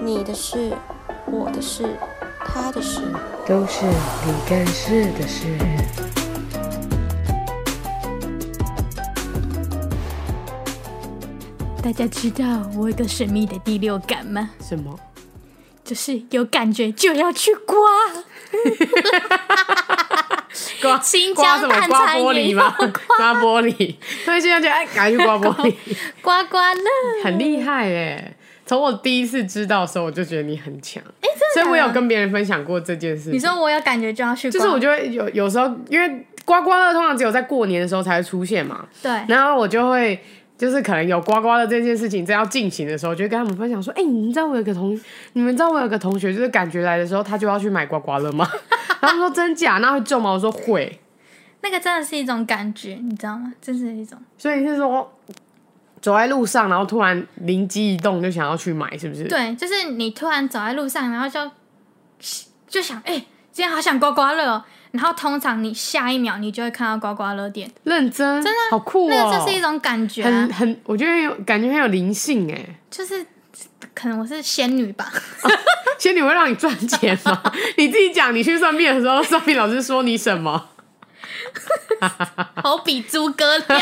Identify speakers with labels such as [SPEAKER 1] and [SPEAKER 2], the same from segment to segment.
[SPEAKER 1] 你的事、我的事、他的事。
[SPEAKER 2] 都是你干事的事。
[SPEAKER 3] 大家知道我有一个神秘的第六感吗？
[SPEAKER 2] 什么？
[SPEAKER 3] 就是有感觉就要去刮。
[SPEAKER 2] 刮
[SPEAKER 3] 新
[SPEAKER 2] 刮
[SPEAKER 3] 疆
[SPEAKER 2] 什么？
[SPEAKER 3] 蛋
[SPEAKER 2] 刮
[SPEAKER 3] 餐
[SPEAKER 2] 玻璃
[SPEAKER 3] 也要
[SPEAKER 2] 吗？刮玻璃， 所以现在就哎，赶紧 去刮玻璃，
[SPEAKER 3] 刮刮乐，
[SPEAKER 2] 很厉害哎！从我第一次知道的时候，我就觉得你很强，所以我有跟别人分享过这件事。
[SPEAKER 3] 你说我有感觉就要去刮，
[SPEAKER 2] 就是我就会有有时候，因为刮刮乐通常只有在过年的时候才会出现嘛，
[SPEAKER 3] 对，
[SPEAKER 2] 然后我就会就是可能有刮刮乐这件事情正要进行的时候，就会跟他们分享说：“哎、你们知道我有个同，你们知道我有个同学就是感觉来的时候，他就要去买刮刮乐吗？” 然后他们说：“真假？”那会中吗？我说会。
[SPEAKER 3] 那个真的是一种感觉，你知道吗？真是一种。
[SPEAKER 2] 所以是说走在路上，然后突然灵机一动就想要去买，是不是？
[SPEAKER 3] 对，就是你突然走在路上，然后就就想，哎、今天好想刮刮乐、哦。然后通常你下一秒你就会看到刮刮乐店，
[SPEAKER 2] 认真，真的好酷哦、
[SPEAKER 3] 啊那个这是一种感觉、啊
[SPEAKER 2] 很，很，我觉得很有感觉很有灵性哎、
[SPEAKER 3] 就是可能我是仙女吧，啊
[SPEAKER 2] 仙女会让你赚钱吗？ 你自己讲，你去算命的时候，算命老师说你什么？
[SPEAKER 3] 好比诸葛亮，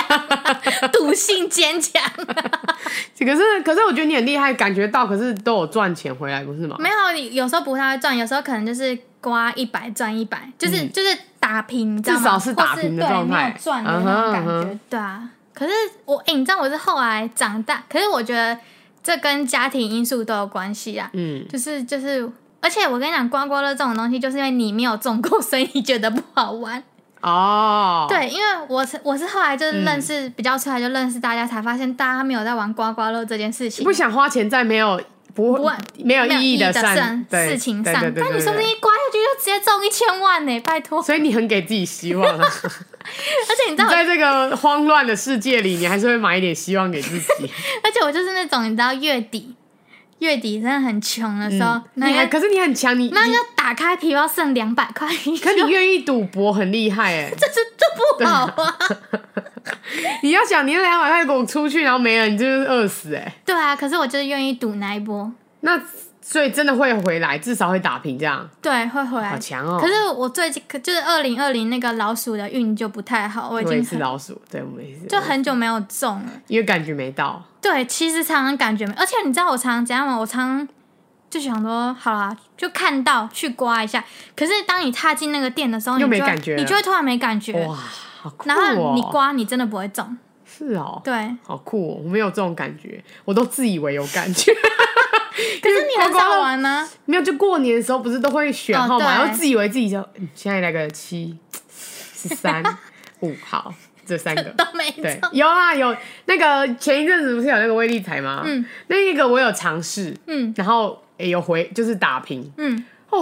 [SPEAKER 3] 赌性坚强。
[SPEAKER 2] 可是可是我觉得你很厉害，感觉到可是都有赚钱回来，不是吗？
[SPEAKER 3] 没有，你有时候不太会赚，有时候可能就是刮一百赚一百，就是、就是打平，你知道吗
[SPEAKER 2] 嗯至少是打平的
[SPEAKER 3] 或是
[SPEAKER 2] 状态
[SPEAKER 3] 对没有赚的那种感
[SPEAKER 2] 嗯哼
[SPEAKER 3] 觉。
[SPEAKER 2] 嗯
[SPEAKER 3] 对啊，可是我哎、诶你知道我是后来长大，可是我觉得这跟家庭因素都有关系啊。
[SPEAKER 2] 嗯，
[SPEAKER 3] 就是就是，而且我跟你讲，刮刮乐这种东西，就是因为你没有中过， 所以你觉得不好玩。
[SPEAKER 2] 哦，，
[SPEAKER 3] 对，因为我是我是后来
[SPEAKER 2] 嗯
[SPEAKER 3] 就是认识、比较出来就认识大家，才发现大家没有在玩刮刮乐这件事情。啊
[SPEAKER 2] 不想花钱在没有不
[SPEAKER 3] 不
[SPEAKER 2] 没有
[SPEAKER 3] 没有
[SPEAKER 2] 意义的
[SPEAKER 3] 善
[SPEAKER 2] 善对
[SPEAKER 3] 事情
[SPEAKER 2] 对
[SPEAKER 3] 上
[SPEAKER 2] 对，对
[SPEAKER 3] 但你
[SPEAKER 2] 对
[SPEAKER 3] 说不
[SPEAKER 2] 对
[SPEAKER 3] 定一刮下去就直接中一千万呢，拜托！
[SPEAKER 2] 所以你很给自己希望 啊，
[SPEAKER 3] 而且你知道，
[SPEAKER 2] 在这个慌乱的世界里，你还是会买一点希望给自己。
[SPEAKER 3] 而且我就是那种你知道月底月底真的很穷的时候， 那
[SPEAKER 2] 嗯你还
[SPEAKER 3] 个
[SPEAKER 2] 可是你很强，你
[SPEAKER 3] 那
[SPEAKER 2] 你
[SPEAKER 3] 个打开皮包剩两百块，
[SPEAKER 2] 可你愿意赌博很厉害 哎、
[SPEAKER 3] 这是这不好啊！
[SPEAKER 2] 你要想你那两百块给我出去，然后没了，你就是饿死哎、
[SPEAKER 3] 对啊，可是我就是愿意赌那一波，
[SPEAKER 2] 那所以真的会回来，至少会打平这样，
[SPEAKER 3] 对，会回来
[SPEAKER 2] 好。强哦、
[SPEAKER 3] 哎可是我最近可就是二零二零那个老鼠的运就不太好，我已
[SPEAKER 2] 我也
[SPEAKER 3] 经
[SPEAKER 2] 是
[SPEAKER 3] 很
[SPEAKER 2] 老鼠，对，我们也是，
[SPEAKER 3] 就很久没有中了。
[SPEAKER 2] 因为感觉没到，
[SPEAKER 3] 对，其实常常感觉没，而且你知道我常常怎样吗？我常常就想说，好啦，就看到去刮一下。可是当你踏进那个店的时候，
[SPEAKER 2] 又
[SPEAKER 3] 你
[SPEAKER 2] 没
[SPEAKER 3] 就会
[SPEAKER 2] 感觉
[SPEAKER 3] 你
[SPEAKER 2] 了
[SPEAKER 3] 就会突然没感觉。
[SPEAKER 2] 哇，好酷
[SPEAKER 3] 然后
[SPEAKER 2] 哦！
[SPEAKER 3] 你刮，你真的不会中。
[SPEAKER 2] 是哦，，
[SPEAKER 3] 对，
[SPEAKER 2] 好酷哦！我没有这种感觉，我都自以为有感觉。
[SPEAKER 3] 可是你很少玩啊呢、
[SPEAKER 2] 没有，就过年的时候不是都会选
[SPEAKER 3] 哦
[SPEAKER 2] 号码，
[SPEAKER 3] 对
[SPEAKER 2] 然后自以为自己就、嗯、现在来个七、十 三、五，好，这三个
[SPEAKER 3] 都没
[SPEAKER 2] 对
[SPEAKER 3] 中。，
[SPEAKER 2] 有啊，有那个前一阵子不是有那个威力彩吗？
[SPEAKER 3] 嗯，
[SPEAKER 2] 那个我有尝试，
[SPEAKER 3] 嗯
[SPEAKER 2] 然后、诶有回就是打平
[SPEAKER 3] 嗯，
[SPEAKER 2] 哦，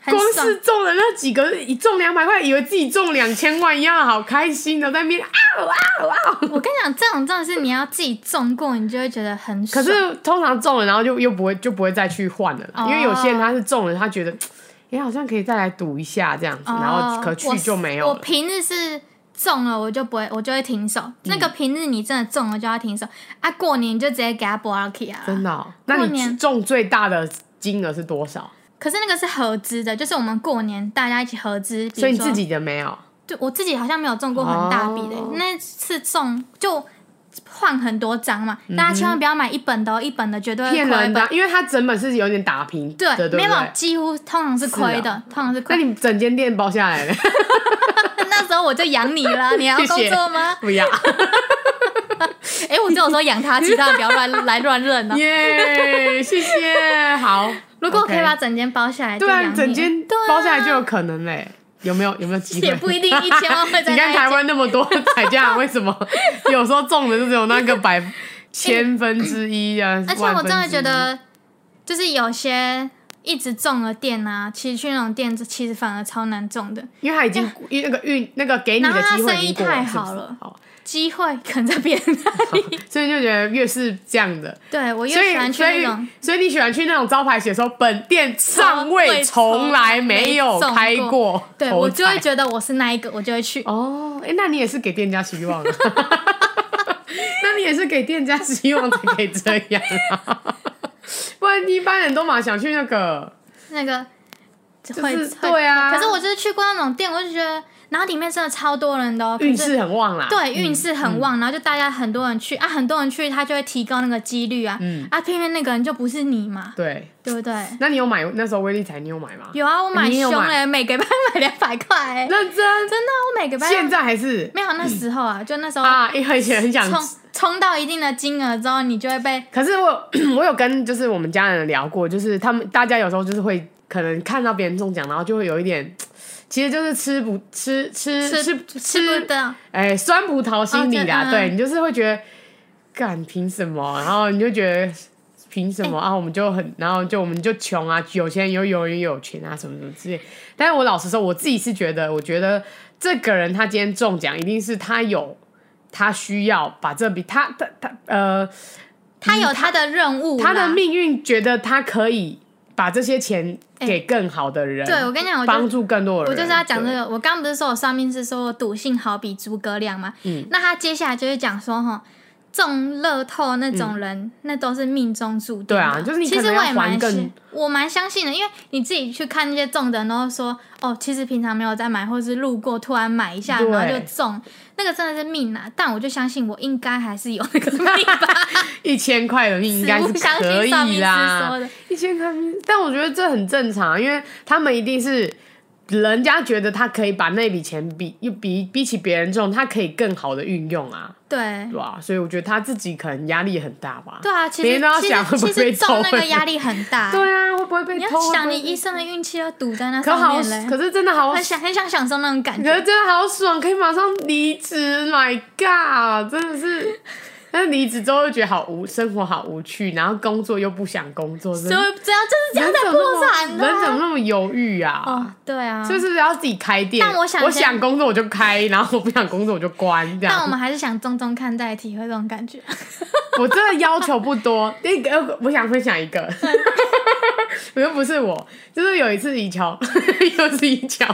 [SPEAKER 3] 很
[SPEAKER 2] 光
[SPEAKER 3] 爽。
[SPEAKER 2] 是中了那几个，一中两百块，以为自己中两千万一样，好开心的在那边啊啊啊！
[SPEAKER 3] 我跟你讲，这种真的是你要自己中过，你就会觉得很
[SPEAKER 2] 可
[SPEAKER 3] 爽。
[SPEAKER 2] 是通常中了，然后就又不会就不会再去换了啦，
[SPEAKER 3] 哦
[SPEAKER 2] 因为有些人他是中了，他觉得也、诶好像可以再来赌一下这样子，
[SPEAKER 3] 哦
[SPEAKER 2] 然后可去就没有
[SPEAKER 3] 我。我
[SPEAKER 2] 了。
[SPEAKER 3] 平日是中了，我就不会，我就会停手。
[SPEAKER 2] 嗯
[SPEAKER 3] 那个平日你真的中了就要停手啊！过年你就直接给他拨下去啊！
[SPEAKER 2] 真的哦、那
[SPEAKER 3] 过
[SPEAKER 2] 你
[SPEAKER 3] 年
[SPEAKER 2] 中最大的金额是多少？
[SPEAKER 3] 可是那个是合资的，就是我们过年大家一起合资，比如
[SPEAKER 2] 所以你
[SPEAKER 3] 说
[SPEAKER 2] 自己的没有。
[SPEAKER 3] 对我自己好像没有中过很大笔的、
[SPEAKER 2] 哦
[SPEAKER 3] 那次中就换很多张嘛、大家千万不要买一本的、哦，一本的绝对会
[SPEAKER 2] 骗
[SPEAKER 3] 亏
[SPEAKER 2] 人的
[SPEAKER 3] 本
[SPEAKER 2] 啊，。因为它整本是有点打平的，
[SPEAKER 3] 对，
[SPEAKER 2] 对不
[SPEAKER 3] 没
[SPEAKER 2] 对
[SPEAKER 3] 有，几乎通常是亏
[SPEAKER 2] 是
[SPEAKER 3] 的，通常是
[SPEAKER 2] 那
[SPEAKER 3] 亏。
[SPEAKER 2] 你整间店包下来了，
[SPEAKER 3] 那时候我就养你了，你还要
[SPEAKER 2] 谢谢
[SPEAKER 3] 工作吗？
[SPEAKER 2] 不 要，
[SPEAKER 3] 哎、我只有说养他，其他的不要乱来乱认哦。
[SPEAKER 2] 耶，谢谢，好。
[SPEAKER 3] 如果我可以
[SPEAKER 2] OK
[SPEAKER 3] 把整间包下来，
[SPEAKER 2] 对
[SPEAKER 3] 就
[SPEAKER 2] 啊，
[SPEAKER 3] 养
[SPEAKER 2] 整
[SPEAKER 3] 你
[SPEAKER 2] 间
[SPEAKER 3] 对啊
[SPEAKER 2] 包下来就有可能嘞，有没有有没有机会？
[SPEAKER 3] 也不一定啊一千万会在
[SPEAKER 2] 你
[SPEAKER 3] 那
[SPEAKER 2] 看
[SPEAKER 3] 一
[SPEAKER 2] 台
[SPEAKER 3] 间。
[SPEAKER 2] 湾那么多彩 价，为什么有时候中的就只有那个百千分之一啊？
[SPEAKER 3] 而且
[SPEAKER 2] 万
[SPEAKER 3] 我
[SPEAKER 2] 分
[SPEAKER 3] 真的
[SPEAKER 2] 之
[SPEAKER 3] 觉
[SPEAKER 2] 一，
[SPEAKER 3] 得，就是有些一直中了店啊，其实去那种店，其实反而超难中的，
[SPEAKER 2] 因为他已经因为那个运那个给你的
[SPEAKER 3] 然后他
[SPEAKER 2] 机会已
[SPEAKER 3] 生意
[SPEAKER 2] 经过
[SPEAKER 3] 太
[SPEAKER 2] 是不
[SPEAKER 3] 好
[SPEAKER 2] 是
[SPEAKER 3] 了
[SPEAKER 2] 好，
[SPEAKER 3] 机会可能在别人 那里。
[SPEAKER 2] 所以就觉得越是这样的，
[SPEAKER 3] 对我
[SPEAKER 2] 所
[SPEAKER 3] 越喜
[SPEAKER 2] 以，
[SPEAKER 3] 欢去
[SPEAKER 2] 所
[SPEAKER 3] 那
[SPEAKER 2] 以
[SPEAKER 3] 种，
[SPEAKER 2] 所以你喜欢去那种招牌写说本店尚未从来没有开
[SPEAKER 3] 从来没中
[SPEAKER 2] 过，
[SPEAKER 3] 对
[SPEAKER 2] 头
[SPEAKER 3] 我就会
[SPEAKER 2] 彩
[SPEAKER 3] 觉得我是那一个，我就会去。
[SPEAKER 2] 哦，哎、那你也是给店家希望啊。 那你也是给店家希望才可以这样、啊，不然们一般人都嘛想去那个，
[SPEAKER 3] 那个
[SPEAKER 2] 是
[SPEAKER 3] 会会
[SPEAKER 2] 对啊
[SPEAKER 3] 可是我就是去过那种店，我就觉得，然后里面真的超多人的、哦，可
[SPEAKER 2] 运
[SPEAKER 3] 是
[SPEAKER 2] 势嗯很旺啦。
[SPEAKER 3] 对，运势很旺，然后就大家很多人去啊，很多人去，他就会提高那个几率啊，
[SPEAKER 2] 嗯
[SPEAKER 3] 啊，偏偏那个人就不是你嘛，
[SPEAKER 2] 对，
[SPEAKER 3] 对不对？
[SPEAKER 2] 那你有买那时候威力彩，你有买吗？
[SPEAKER 3] 有啊，我买
[SPEAKER 2] 你也有
[SPEAKER 3] 凶
[SPEAKER 2] 买
[SPEAKER 3] 嘞、每个班买两百块欸、
[SPEAKER 2] 认真，
[SPEAKER 3] 真的，我每个班
[SPEAKER 2] 现在还是
[SPEAKER 3] 没有那时候啊，就那时候
[SPEAKER 2] 啊，因为以前很想
[SPEAKER 3] 冲冲到一定的金额之后，你就会被
[SPEAKER 2] 可是我 我有跟就是我们家人聊过，就是他们大家有时候就是会可能看到别人中奖，然后就会有一点，其实就是吃不吃吃
[SPEAKER 3] 吃
[SPEAKER 2] 吃
[SPEAKER 3] 吃不到，
[SPEAKER 2] 哎、酸葡萄心理啦，
[SPEAKER 3] 哦这
[SPEAKER 2] 对
[SPEAKER 3] 嗯
[SPEAKER 2] 你就是会觉得，干凭什么？然后你就觉得。凭什么、啊？我们就很，然后就我们就穷啊，有钱人有有人有钱啊，什么什么之类。但是我老实说，我自己是觉得，我觉得这个人他今天中奖，一定是他有他需要把这笔他他他呃
[SPEAKER 3] 他有他的任务啦，
[SPEAKER 2] 他的命运觉得他可以把这些钱给更好的人，
[SPEAKER 3] 对我跟你讲，我就
[SPEAKER 2] 帮助更多的
[SPEAKER 3] 我
[SPEAKER 2] 人。
[SPEAKER 3] 就是要讲这
[SPEAKER 2] 对
[SPEAKER 3] 个。我刚刚不是说我算命是说我赌性好比诸葛亮吗？嗯，那他接下来就是讲说哈，中乐透那种人，那都是命中注定
[SPEAKER 2] 嗯
[SPEAKER 3] 的。
[SPEAKER 2] 对啊就是你
[SPEAKER 3] 其
[SPEAKER 2] 可
[SPEAKER 3] 实
[SPEAKER 2] 能
[SPEAKER 3] 我也
[SPEAKER 2] 要还
[SPEAKER 3] 蛮
[SPEAKER 2] 更
[SPEAKER 3] 信，我蛮相信的，因为你自己去看那些中的人，然后说哦，其实平常没有在买，或是路过突然买一下，
[SPEAKER 2] 对
[SPEAKER 3] 然后就中，那个真的是命啊。但我就相信我应该还是有那个命吧，
[SPEAKER 2] 一千块的 命应该
[SPEAKER 3] 死
[SPEAKER 2] 是
[SPEAKER 3] 不相
[SPEAKER 2] 可
[SPEAKER 3] 信算
[SPEAKER 2] 以
[SPEAKER 3] 命师说
[SPEAKER 2] 啦，
[SPEAKER 3] 的。
[SPEAKER 2] 一千块命，但我觉得这很正常，因为他们一定是。人家觉得他可以把那笔钱比又比比起别人中，他可以更好的运用啊，
[SPEAKER 3] 对
[SPEAKER 2] 对，吧、所以我觉得他自己可能压力也很大吧。
[SPEAKER 3] 对啊，其
[SPEAKER 2] 每天
[SPEAKER 3] 实
[SPEAKER 2] 都要
[SPEAKER 3] 其
[SPEAKER 2] 想会
[SPEAKER 3] 实
[SPEAKER 2] 不
[SPEAKER 3] 其
[SPEAKER 2] 会
[SPEAKER 3] 实
[SPEAKER 2] 被
[SPEAKER 3] 中那
[SPEAKER 2] 抽
[SPEAKER 3] 个压力很 大。
[SPEAKER 2] 对啊，会不会被
[SPEAKER 3] 你
[SPEAKER 2] 偷？
[SPEAKER 3] 要
[SPEAKER 2] 会不
[SPEAKER 3] 想
[SPEAKER 2] 会
[SPEAKER 3] 你一生的运气要赌在那
[SPEAKER 2] 可
[SPEAKER 3] 上
[SPEAKER 2] 好，
[SPEAKER 3] 面嘞，
[SPEAKER 2] 可是真的好
[SPEAKER 3] 很想很想享受那种感
[SPEAKER 2] 可
[SPEAKER 3] 觉。
[SPEAKER 2] 是真的好爽，可以马上离职，My God，真的是。但是离职之后又觉得好无，生活好无趣，然后工作又不想工作，
[SPEAKER 3] 所
[SPEAKER 2] 人
[SPEAKER 3] 以只要就是这样
[SPEAKER 2] 人
[SPEAKER 3] 在
[SPEAKER 2] 怎么
[SPEAKER 3] 破
[SPEAKER 2] 那
[SPEAKER 3] 产
[SPEAKER 2] 么
[SPEAKER 3] 的
[SPEAKER 2] 人怎么
[SPEAKER 3] 啊。
[SPEAKER 2] 那么犹豫啊？
[SPEAKER 3] 哦，对啊。
[SPEAKER 2] 所以是不是要自己开店？
[SPEAKER 3] 但我想
[SPEAKER 2] 我
[SPEAKER 3] 先
[SPEAKER 2] 想工作我就开，然后我不想工作我就关，这
[SPEAKER 3] 但我
[SPEAKER 2] 样。
[SPEAKER 3] 们还是想重重看待，体会这种感觉。
[SPEAKER 2] 我真的要求不多。那个，我想分享一个， 我又不是我，就是有一次怡乔， 又是怡乔，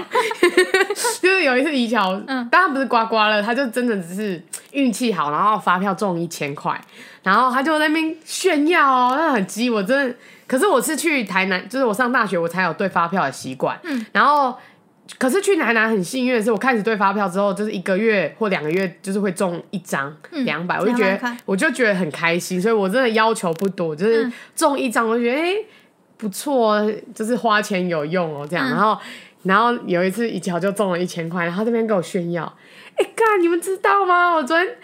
[SPEAKER 2] 就是有一次怡乔，
[SPEAKER 3] 嗯
[SPEAKER 2] 但他不是刮刮乐，他就真的只是运气好，然后发票中一千块，然后他就在那边炫耀哦，那很激，我真的。可是我是去台南，就是我上大学我才有对发票的习惯，嗯，然后。可是去台南很幸运的是，我开始对发票之后，就是一个月或两个月，就是会中一张嗯两百，我就觉
[SPEAKER 3] 200
[SPEAKER 2] 得
[SPEAKER 3] 块
[SPEAKER 2] 我就觉得很开心，所以我真的要求不多，就是
[SPEAKER 3] 嗯
[SPEAKER 2] 中一张我就觉得哎、诶不错哦，就是花钱有用哦这样。
[SPEAKER 3] 嗯
[SPEAKER 2] 然后然后有一次一桥就中了一千块，然后这边跟我炫耀，哎、干你们知道吗？我昨天。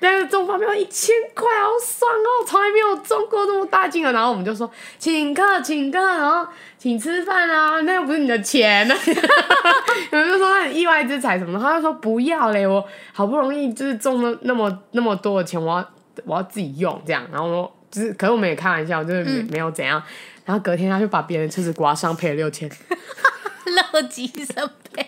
[SPEAKER 2] 那个中发票一千块，好爽哦！从来没有中过这么大金额，然后我们就说请客，请客，然后请吃饭啊，那又不是你的钱。 有人就说那你意外之财什么的，他就说不要嘞，我好不容易就是中了那么那么多的钱，我要我要自己用这样，然后我说就是，可是我们也开玩笑，就是没、没有怎样。然后隔天他就把别人车子刮伤，赔了六千，
[SPEAKER 3] 乐极 生悲，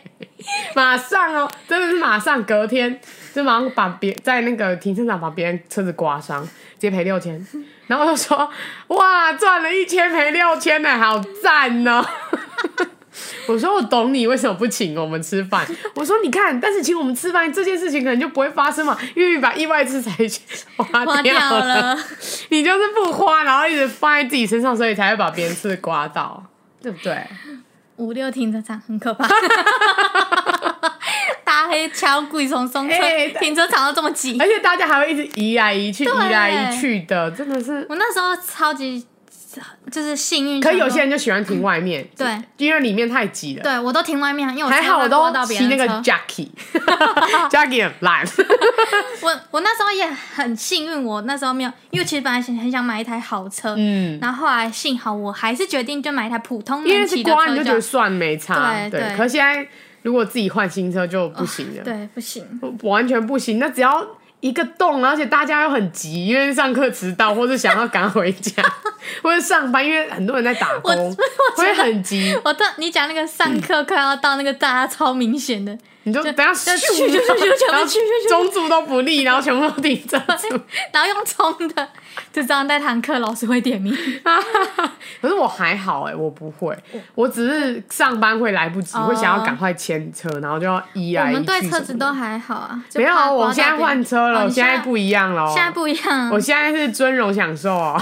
[SPEAKER 2] 马上哦，真的是马上隔天就马上把别在那个停车场把别人车子刮伤，直接赔六千。然后我就说哇，赚了一千赔六千呢，好赞哦！ 我说我懂你为什么不请我们吃饭。我说你看，但是请我们吃饭这件事情可能就不会发生嘛，因为你把意外之财花
[SPEAKER 3] 花掉
[SPEAKER 2] 掉了，
[SPEAKER 3] 了。
[SPEAKER 2] 你就是不花，然后一直放在自己身上，所以才会把别人刺刮到，对不对？
[SPEAKER 3] 嗯五六停车场很可怕。 大黑敲鬼从松车
[SPEAKER 2] 哎
[SPEAKER 3] 停车场都这么挤
[SPEAKER 2] 而，且大家还会一直移来移去，移
[SPEAKER 3] 对
[SPEAKER 2] 来移去的，真的是。
[SPEAKER 3] 我那时候超级就是幸运。
[SPEAKER 2] 可有些
[SPEAKER 3] 人
[SPEAKER 2] 人就喜欢停外面，
[SPEAKER 3] 对，
[SPEAKER 2] 因为里面太挤了。
[SPEAKER 3] 对我都停外面，因为我
[SPEAKER 2] 还好我
[SPEAKER 3] 车会
[SPEAKER 2] 都
[SPEAKER 3] 刮到别
[SPEAKER 2] 骑
[SPEAKER 3] 人
[SPEAKER 2] 那
[SPEAKER 3] 的
[SPEAKER 2] 个
[SPEAKER 3] 车
[SPEAKER 2] Jackie，Jackie 很烂，
[SPEAKER 3] 我我那时候也很幸运，我那时候没有，因为其实本来很很想买一台好车，
[SPEAKER 2] 嗯，
[SPEAKER 3] 然后后来幸好我还是决定就买一台普通
[SPEAKER 2] 因为
[SPEAKER 3] 人
[SPEAKER 2] 是
[SPEAKER 3] 骑的
[SPEAKER 2] 刮你就
[SPEAKER 3] 车
[SPEAKER 2] 觉得
[SPEAKER 3] 就，
[SPEAKER 2] 算没差，
[SPEAKER 3] 对对哦
[SPEAKER 2] 可现在如果自己换新车就不行了，
[SPEAKER 3] 对，不行，
[SPEAKER 2] 完全不行。那只要一个洞，而且大家又很急，因为上课迟到，或是想要赶回 家，或者上班，因为很多人在打
[SPEAKER 3] 我
[SPEAKER 2] 工，会很急。
[SPEAKER 3] 我到你讲那个上课快要到那个，大家超明显的，
[SPEAKER 2] 你就等下
[SPEAKER 3] 就咻咻咻咻全部
[SPEAKER 2] 然后
[SPEAKER 3] 咻咻咻
[SPEAKER 2] 中柱都不利，然后全部都顶正 柱。
[SPEAKER 3] 然后用冲的，就这样那堂课老师会点名，
[SPEAKER 2] 可是我还好哎、我不会，我只是上班会来不及，
[SPEAKER 3] 哦
[SPEAKER 2] 会想要赶快牵车，然后就要依
[SPEAKER 3] 我
[SPEAKER 2] 来
[SPEAKER 3] 们
[SPEAKER 2] 依
[SPEAKER 3] 对
[SPEAKER 2] 去
[SPEAKER 3] 车
[SPEAKER 2] 什
[SPEAKER 3] 子
[SPEAKER 2] 么的。
[SPEAKER 3] 都还好啊，就
[SPEAKER 2] 没有
[SPEAKER 3] 怕
[SPEAKER 2] 啊，我
[SPEAKER 3] 刮到
[SPEAKER 2] 现在
[SPEAKER 3] 别人
[SPEAKER 2] 换车了，
[SPEAKER 3] 哦
[SPEAKER 2] 我
[SPEAKER 3] 你嗯
[SPEAKER 2] 现在不一样了哦，
[SPEAKER 3] 现在不一样
[SPEAKER 2] 我，现在是尊荣享受哦。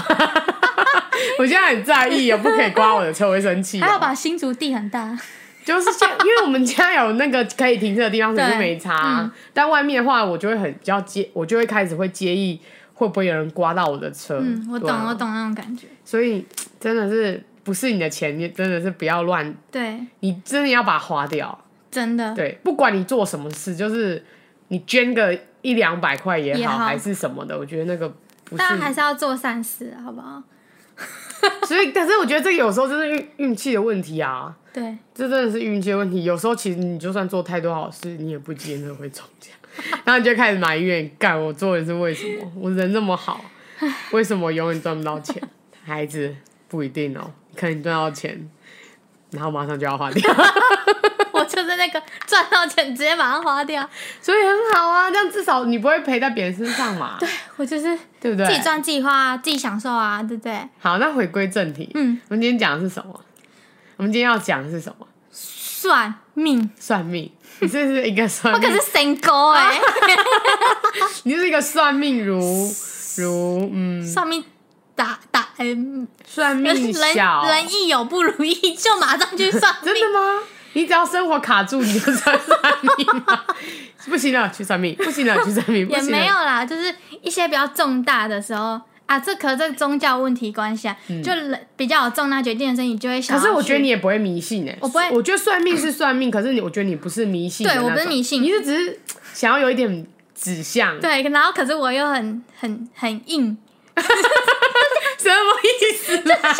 [SPEAKER 2] 我现在很在意哦，不可以刮我的车，我会生气哦。
[SPEAKER 3] 还好吧，新竹地很大，
[SPEAKER 2] 就是像，因为我们家有那个可以停车的地方，所以就
[SPEAKER 3] 对嗯
[SPEAKER 2] 没差。啊但外面的话，我就会很比较介，我就会开始会介意会不会有人刮到我的车。
[SPEAKER 3] 嗯，我
[SPEAKER 2] 对
[SPEAKER 3] 懂，
[SPEAKER 2] 啊
[SPEAKER 3] 我。懂那种感觉。
[SPEAKER 2] 所以真的是不是你的钱，你真的是不要乱，
[SPEAKER 3] 对，
[SPEAKER 2] 你真的要把它花掉。
[SPEAKER 3] 真的，
[SPEAKER 2] 对，不管你做什么事，就是你捐个一两百块也好，
[SPEAKER 3] 也好
[SPEAKER 2] 还是什么的，我觉得那个不是
[SPEAKER 3] 大。家还是要做善事，啊好不好？
[SPEAKER 2] 所以，可是我觉得这个有时候真的运运气的问题啊，
[SPEAKER 3] 对，
[SPEAKER 2] 这真的是运气的问题。有时候其实你就算做太多好事，你也不见得会中奖，然后你就开始埋怨，干我做的是为什么？我人那么好，为什么永远赚不到钱？孩子不一定哦，可能你赚到钱，然后马上就要花掉。
[SPEAKER 3] 我就是那个赚到钱直接把它花掉，
[SPEAKER 2] 所以很好啊，这样至少你不会赔在别人身上 嘛，对
[SPEAKER 3] 我就是
[SPEAKER 2] 不对？
[SPEAKER 3] 自己赚自己花啊，自己享受啊，对不对？
[SPEAKER 2] 好，那回归正题，
[SPEAKER 3] 嗯，
[SPEAKER 2] 我们今天讲的是什么？我们今天要讲的是什么？
[SPEAKER 3] 算命，
[SPEAKER 2] 算 命，你这是一个算
[SPEAKER 3] 我哦可
[SPEAKER 2] 命，
[SPEAKER 3] 是神狗哎，
[SPEAKER 2] 你是一个算命如如嗯，
[SPEAKER 3] 算命打打嗯，
[SPEAKER 2] 算命
[SPEAKER 3] 人
[SPEAKER 2] 小，
[SPEAKER 3] 人一有不如意就马上去算
[SPEAKER 2] 真的
[SPEAKER 3] 命，
[SPEAKER 2] 吗？你只要生活卡住，你就算算命 吗？不行了，去算命；不行了，去算命；不
[SPEAKER 3] 也
[SPEAKER 2] 行了
[SPEAKER 3] 没有啦，就是一些比较重大的时候。啊，这可这宗教问题关系啊，就人比较有重大决定的时候，你就会想
[SPEAKER 2] 可
[SPEAKER 3] 要去。
[SPEAKER 2] 是我觉得你也不会迷信哎、
[SPEAKER 3] 我不会
[SPEAKER 2] 我觉得算命是算命，可是你我觉得你不是迷信的那
[SPEAKER 3] 对
[SPEAKER 2] 种，
[SPEAKER 3] 我不是迷信
[SPEAKER 2] 你是只是想要有一点指向，
[SPEAKER 3] 对，然后可是我又很很很硬，
[SPEAKER 2] 什么意思啦？
[SPEAKER 3] 啊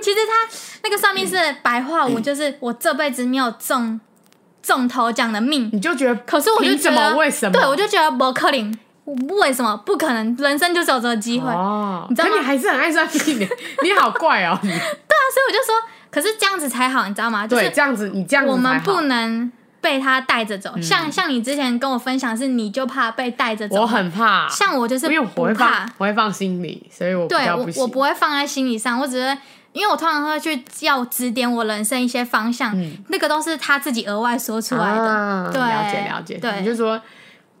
[SPEAKER 3] 其实他那个算命是白话文，就是我这辈子没有中中头奖的命，
[SPEAKER 2] 你就觉得，
[SPEAKER 3] 可是我就觉
[SPEAKER 2] 凭什么
[SPEAKER 3] 得啊
[SPEAKER 2] 为什么
[SPEAKER 3] 对我就觉得伯克林为什么不可能？人生就是有这个机会，对啊，
[SPEAKER 2] 哦，
[SPEAKER 3] 你知道
[SPEAKER 2] 可
[SPEAKER 3] 吗
[SPEAKER 2] 你还是很爱算命耶，你 好怪哦、你
[SPEAKER 3] 所以我就说，可是这样子才好，你知道吗？就
[SPEAKER 2] 对，
[SPEAKER 3] 是
[SPEAKER 2] 这样子你这样子
[SPEAKER 3] 我们
[SPEAKER 2] 才好嗯
[SPEAKER 3] 不能被他带着走，像像你之前跟我分享，是你就怕被带着走，
[SPEAKER 2] 我很怕，
[SPEAKER 3] 像我就是
[SPEAKER 2] 因为我
[SPEAKER 3] 不
[SPEAKER 2] 会
[SPEAKER 3] 怕
[SPEAKER 2] 放，，我会放心里，所以我比
[SPEAKER 3] 对
[SPEAKER 2] 较
[SPEAKER 3] 我
[SPEAKER 2] 行。
[SPEAKER 3] 我不会放在心理上，我只是因为我通常会去要指点我人生一些方向，
[SPEAKER 2] 嗯
[SPEAKER 3] 那个都是他自己额外说出来的。
[SPEAKER 2] 啊
[SPEAKER 3] 对
[SPEAKER 2] 了解了解，
[SPEAKER 3] 对
[SPEAKER 2] 你就说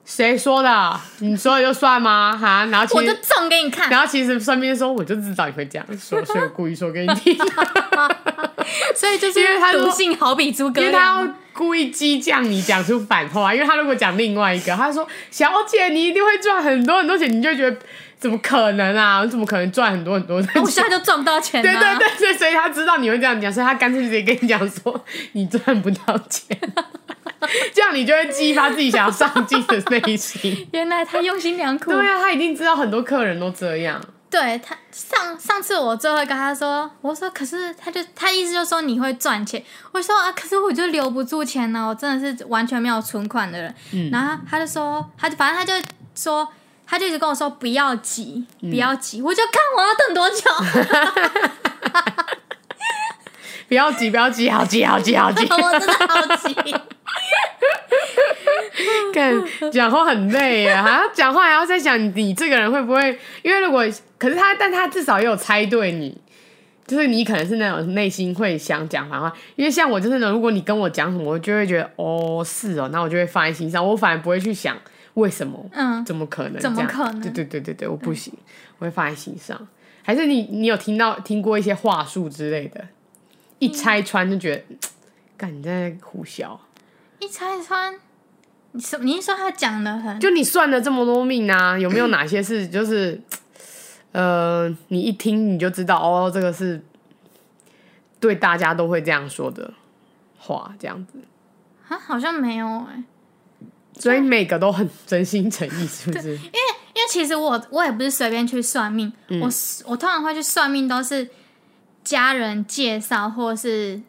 [SPEAKER 2] 谁说的？你说了就算吗？哈，然后
[SPEAKER 3] 我
[SPEAKER 2] 其
[SPEAKER 3] 就
[SPEAKER 2] 实。
[SPEAKER 3] 中给你看，
[SPEAKER 2] 然后其实身边说，我就知道你会这样说，所以我故意说给你听，
[SPEAKER 3] 所以就是
[SPEAKER 2] 因为他说
[SPEAKER 3] 毒性好比诸葛
[SPEAKER 2] 因为他
[SPEAKER 3] 亮
[SPEAKER 2] 要。故意激将你讲出反话。因为他如果讲另外一个，他说：“小姐，你一定会赚很多很多钱。”你就觉得怎么可能啊？我怎么可能赚很多很多的钱？
[SPEAKER 3] 哦我现在就赚不到钱
[SPEAKER 2] 对
[SPEAKER 3] 了、
[SPEAKER 2] 对对对，所以他知道你会这样讲，所以他干脆直接跟你讲说你赚不到钱， 这样你就会激发自己想要上进的内心。
[SPEAKER 3] 原来他用心良苦。
[SPEAKER 2] 对啊，他一定知道很多客人都这样，
[SPEAKER 3] 对他上上次我最后跟他说，我说可是他就他意思就是说你会赚钱，我说啊，可是我就留不住钱啊呢、我真的是完全没有存款的人。
[SPEAKER 2] 嗯
[SPEAKER 3] 然后他就说，他就反正他就说，他就一直跟我说不要急，不要
[SPEAKER 2] 嗯
[SPEAKER 3] 急，我就看我要等多久，，
[SPEAKER 2] 不要急，不要急，好急，好急，好急
[SPEAKER 3] 我真的好急。
[SPEAKER 2] 看讲话很累 耶，还要讲话还要在想你这个人会不会，因为如果可是他，但他至少也有猜对你。就是你可能是那种内心会想讲反话，因为像我就是那种，如果你跟我讲什么，我就会觉得哦是哦，那我就会放在心上，我反而不会去想为什么
[SPEAKER 3] 嗯，
[SPEAKER 2] 怎么可能这
[SPEAKER 3] 怎
[SPEAKER 2] 样？
[SPEAKER 3] 么可能
[SPEAKER 2] 对对对对对，我不行，我会放在心上。还是你你有听到听过一些话术之类的，
[SPEAKER 3] 嗯
[SPEAKER 2] 一拆穿就觉得，嘖干你在胡笑，
[SPEAKER 3] 一拆穿，你什么？你是说他讲的很
[SPEAKER 2] 就你算了这么多命啊，有没有哪些是就是，嘖呃，你一听你就知道哦，这个是对大家都会这样说的话，这样子，
[SPEAKER 3] 啊？好像没有哎、
[SPEAKER 2] 所以每个都很真心诚意，是不是？
[SPEAKER 3] 因为其实我我也不是随便去算命，我我通常会去算命都是家人介绍或是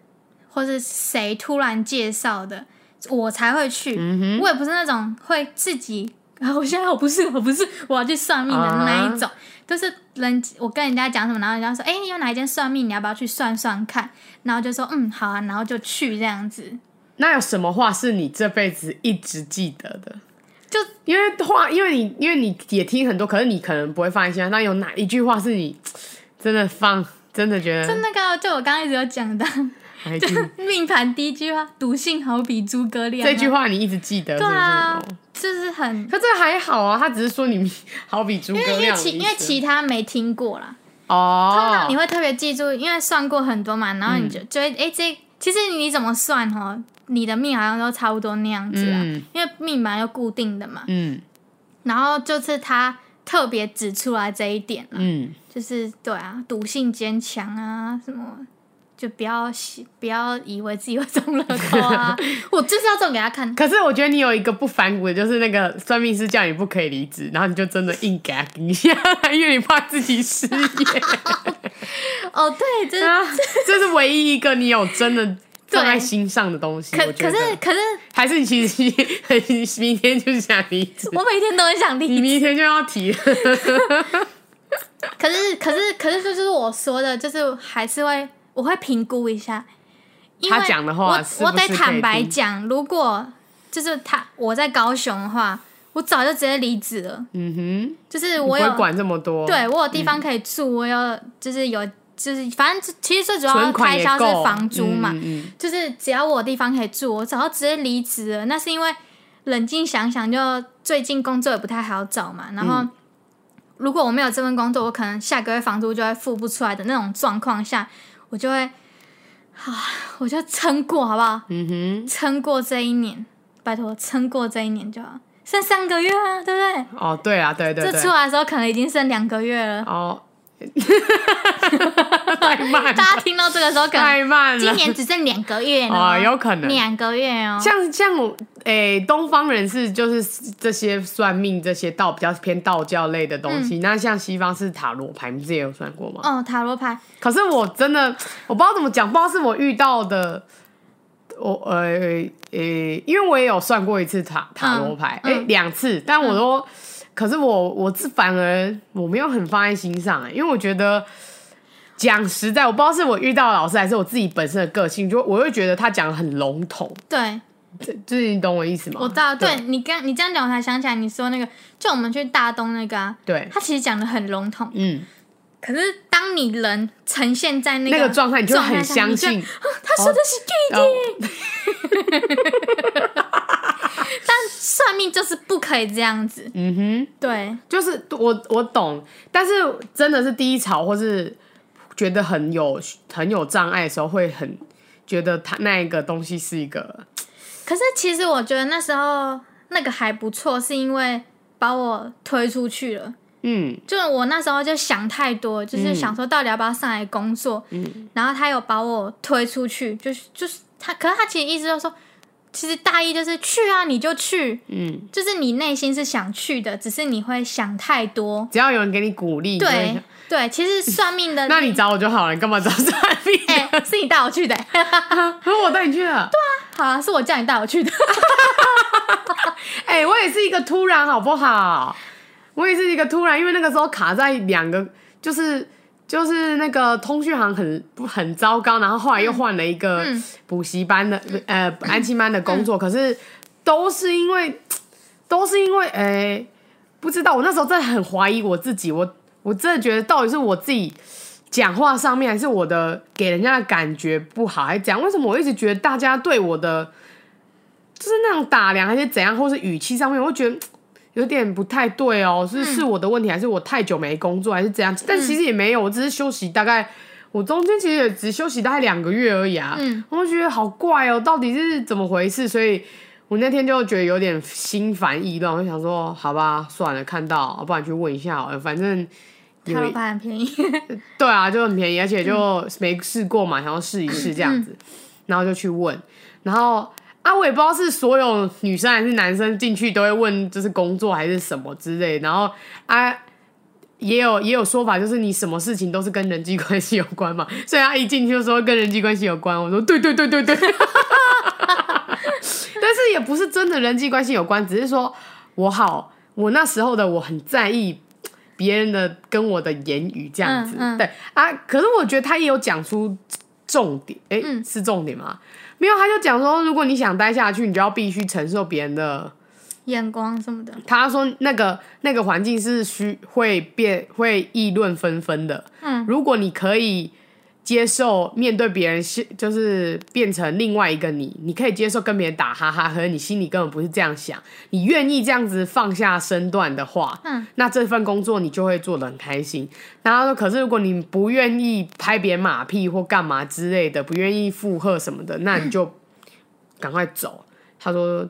[SPEAKER 3] 或是谁突然介绍的，我才会去。我也不是那种会自己。 啊！我现在我不是我不是我要去算命的那一种，都是人我跟人家讲什么，然后人家说，哎、有哪一间算命，你要不要去算算看？然后就说，嗯，好啊，然后就去这样子。
[SPEAKER 2] 那有什么话是你这辈子一直记得的？
[SPEAKER 3] 就
[SPEAKER 2] 因为话，因为你因为你也听很多，可是你可能不会放在心上。那有哪一句话是你真的放，真的觉
[SPEAKER 3] 就
[SPEAKER 2] 得
[SPEAKER 3] 那个，啊就我刚刚一直有讲的，
[SPEAKER 2] 哪 一句？
[SPEAKER 3] 命盘第一句话，毒性好比诸葛亮啊。
[SPEAKER 2] 这句话你一直记得，是
[SPEAKER 3] 对
[SPEAKER 2] 不是？
[SPEAKER 3] 啊
[SPEAKER 2] 哦，
[SPEAKER 3] 就是很，
[SPEAKER 2] 可这个还好啊，他只是说你好比诸葛
[SPEAKER 3] 因为
[SPEAKER 2] 亮的意思，
[SPEAKER 3] 其因为其他没听过啦，通常
[SPEAKER 2] 哦
[SPEAKER 3] 你，会特别记住，因为算过很多嘛，然后你
[SPEAKER 2] 嗯
[SPEAKER 3] 就就会哎、这其实你怎么算哦，你的命好像都差不多那样子啊，
[SPEAKER 2] 嗯
[SPEAKER 3] 因为命嘛又固定的嘛，
[SPEAKER 2] 嗯
[SPEAKER 3] 然后就是他特别指出来这一点啊、
[SPEAKER 2] 嗯，
[SPEAKER 3] 就是对啊，赌性坚强啊，什么就不要喜不要以为自己会中乐透 啊，我就是要这种给他看，
[SPEAKER 2] 可是我觉得你有一个不反骨的，就是那个算命师叫你不可以离职，然后你就真的硬给他顶一下来，因为你怕自己失业。
[SPEAKER 3] 哦对，这、
[SPEAKER 2] 啊，这是唯一一个你有真的放在心上的东西。
[SPEAKER 3] 可
[SPEAKER 2] 我觉
[SPEAKER 3] 可
[SPEAKER 2] 得
[SPEAKER 3] 是可是
[SPEAKER 2] 还是你其实你明天就想离职，
[SPEAKER 3] 我每天都很想
[SPEAKER 2] 你
[SPEAKER 3] 离
[SPEAKER 2] 明天就要提了。
[SPEAKER 3] 可是，可是，可是，这就是我说的，就是还是会，我会评估一下。因为
[SPEAKER 2] 他讲的话
[SPEAKER 3] 我
[SPEAKER 2] 是不是
[SPEAKER 3] 我得
[SPEAKER 2] 可以
[SPEAKER 3] 坦白
[SPEAKER 2] 听
[SPEAKER 3] 讲，如果就是他我在高雄的话，我早就直接离职了。
[SPEAKER 2] 嗯
[SPEAKER 3] 就是
[SPEAKER 2] 哼，不
[SPEAKER 3] 我
[SPEAKER 2] 会
[SPEAKER 3] 有
[SPEAKER 2] 管这嗯么多。，
[SPEAKER 3] 对我有地方可以住，我有就是有就是反正其实最主要
[SPEAKER 2] 存
[SPEAKER 3] 的
[SPEAKER 2] 款
[SPEAKER 3] 开
[SPEAKER 2] 也
[SPEAKER 3] 销是
[SPEAKER 2] 够
[SPEAKER 3] 房租嘛，
[SPEAKER 2] 嗯嗯
[SPEAKER 3] 就是只要我有地方可以住，我早就直接离职了。那是因为冷静想想，就最近工作也不太好找嘛。然
[SPEAKER 2] 嗯
[SPEAKER 3] 后，如果我没有这份工作，我可能下个月房租就会付不出来的那种状况下，我就会，啊，啊我就撑过好不好？
[SPEAKER 2] 嗯嗯
[SPEAKER 3] 撑过这一年，拜托，撑过这一年就好。剩三个月啊，对不对？
[SPEAKER 2] 哼，哦，对啊，对对
[SPEAKER 3] 这出
[SPEAKER 2] 对，
[SPEAKER 3] 来的时候可能已经剩两个月了。
[SPEAKER 2] 哦， 太慢了，
[SPEAKER 3] 大家听到这个时候，可 能
[SPEAKER 2] 太慢了，
[SPEAKER 3] 今年只剩两个月了哦、
[SPEAKER 2] 哎哦有可能
[SPEAKER 3] 两个月哦。
[SPEAKER 2] 像像我诶、东方人是就是这些算命这些道比较偏道教类的东
[SPEAKER 3] 嗯
[SPEAKER 2] 西，那像西方是塔罗牌，你自己有算过吗？
[SPEAKER 3] 哦，塔罗牌，
[SPEAKER 2] 可是我真的我不知道怎么讲，不知道是我遇到的，我呃呃呃，因为我也有算过一次塔塔罗牌，哎、
[SPEAKER 3] 嗯嗯
[SPEAKER 2] 两、次，但我都，可是我我自反而我没有很放在心上、哎，因为我觉得。讲实在，我不知道是我遇到的老师，还是我自己本身的个性，就我会觉得他讲的很笼统，
[SPEAKER 3] 对，
[SPEAKER 2] 这就是你懂我意思吗？
[SPEAKER 3] 我知道，对你刚你这样讲，我才想起来，你说那个，就我们去大东那个啊，
[SPEAKER 2] 对，
[SPEAKER 3] 他其实讲的很笼统，
[SPEAKER 2] 嗯，
[SPEAKER 3] 可是当你人呈现在那
[SPEAKER 2] 那
[SPEAKER 3] 个
[SPEAKER 2] 个状态你就会很
[SPEAKER 3] 下
[SPEAKER 2] 相
[SPEAKER 3] 你就
[SPEAKER 2] 信，
[SPEAKER 3] 他说的是对的，
[SPEAKER 2] 然后哦
[SPEAKER 3] 但算命就是不可以这样子，
[SPEAKER 2] 嗯哼。
[SPEAKER 3] 对，
[SPEAKER 2] 就是我我懂，但是真的是低潮或是觉得很有很有障碍的时候，会很觉得他那一个东西是一个
[SPEAKER 3] 可是其实我觉得那时候那个还不错，是因为把我推出去了。
[SPEAKER 2] 嗯
[SPEAKER 3] 就我那时候就想太多，就是想说到底要不要上来工作，
[SPEAKER 2] 嗯
[SPEAKER 3] 然后他有把我推出去，就是就是他，可是他其实意思就是说，其实大意就是去啊，你就去，
[SPEAKER 2] 嗯，
[SPEAKER 3] 就是你内心是想去的，只是你会想太多。
[SPEAKER 2] 只要有人给你鼓励，你就会
[SPEAKER 3] 对
[SPEAKER 2] 想，
[SPEAKER 3] 对，其实算命的
[SPEAKER 2] 那你找我就好了，你干嘛找算命？
[SPEAKER 3] 哎、是你带我去的、
[SPEAKER 2] 可是 我带你去了。
[SPEAKER 3] 好啊，是我叫你带我 去的。
[SPEAKER 2] 哎、我也是一个突然，好不好？我也是一个突然，因为那个时候卡在两个，就是就是那个通讯行很很糟糕，然后后来又换了一个
[SPEAKER 3] 嗯
[SPEAKER 2] 补习班的、呃安亲班的工作，可是都是因为都是因为哎、不知道，我那时候真的很怀疑我自己，我我真的觉得到底是我自己。讲话上面还是我的给人家的感觉不好，还是怎样？为什么我一直觉得大家对我的就是那种打量还是怎样，或是语气上面，我会觉得嗯有点不太对哦，是是我的问题，还是我太久没工作，还是怎样？但其实也没有，我只是休息大概。我中间其实也只休息大概两个月而已啊，
[SPEAKER 3] 嗯
[SPEAKER 2] 我就觉得好怪哦，到底是怎么回事？所以我那天就觉得有点心烦意乱，我就想说，好吧，算了，看到，不然去问一下好了，反正有
[SPEAKER 3] 塔罗牌很便宜，
[SPEAKER 2] 对啊，就很便宜，而且就没试过嘛，想要试一试这样子，然后就去问，然后啊，我也不知道是所有女生还是男生进去都会问，就是工作还是什么之类，然后啊。也有也有说法，就是你什么事情都是跟人际关系有关嘛， 所以他一进去就说跟人际关系有关，我说对对对对 对，但是也不是真的人际关系有关，只是说我好，我那时候的我很在意别人的跟我的言语这样子，
[SPEAKER 3] 嗯嗯
[SPEAKER 2] 对啊，可是我觉得他也有讲出重点，诶，
[SPEAKER 3] 嗯
[SPEAKER 2] 是重点吗？没有，他就讲说，如果你想待下去，你就要必须承受别人的。
[SPEAKER 3] 眼光什么的，
[SPEAKER 2] 他说那个那个环境是需会变会议论纷纷的，
[SPEAKER 3] 嗯
[SPEAKER 2] 如果你可以接受面对别人是就是变成另外一个你，你可以接受跟别人打哈哈，可是你心里根本不是这样想，你愿意这样子放下身段的话，
[SPEAKER 3] 嗯，
[SPEAKER 2] 那这份工作你就会做的很开心。然后他说，可是如果你不愿意拍别人马屁或干嘛之类的，不愿意附和什么的，那你就赶快走。他说，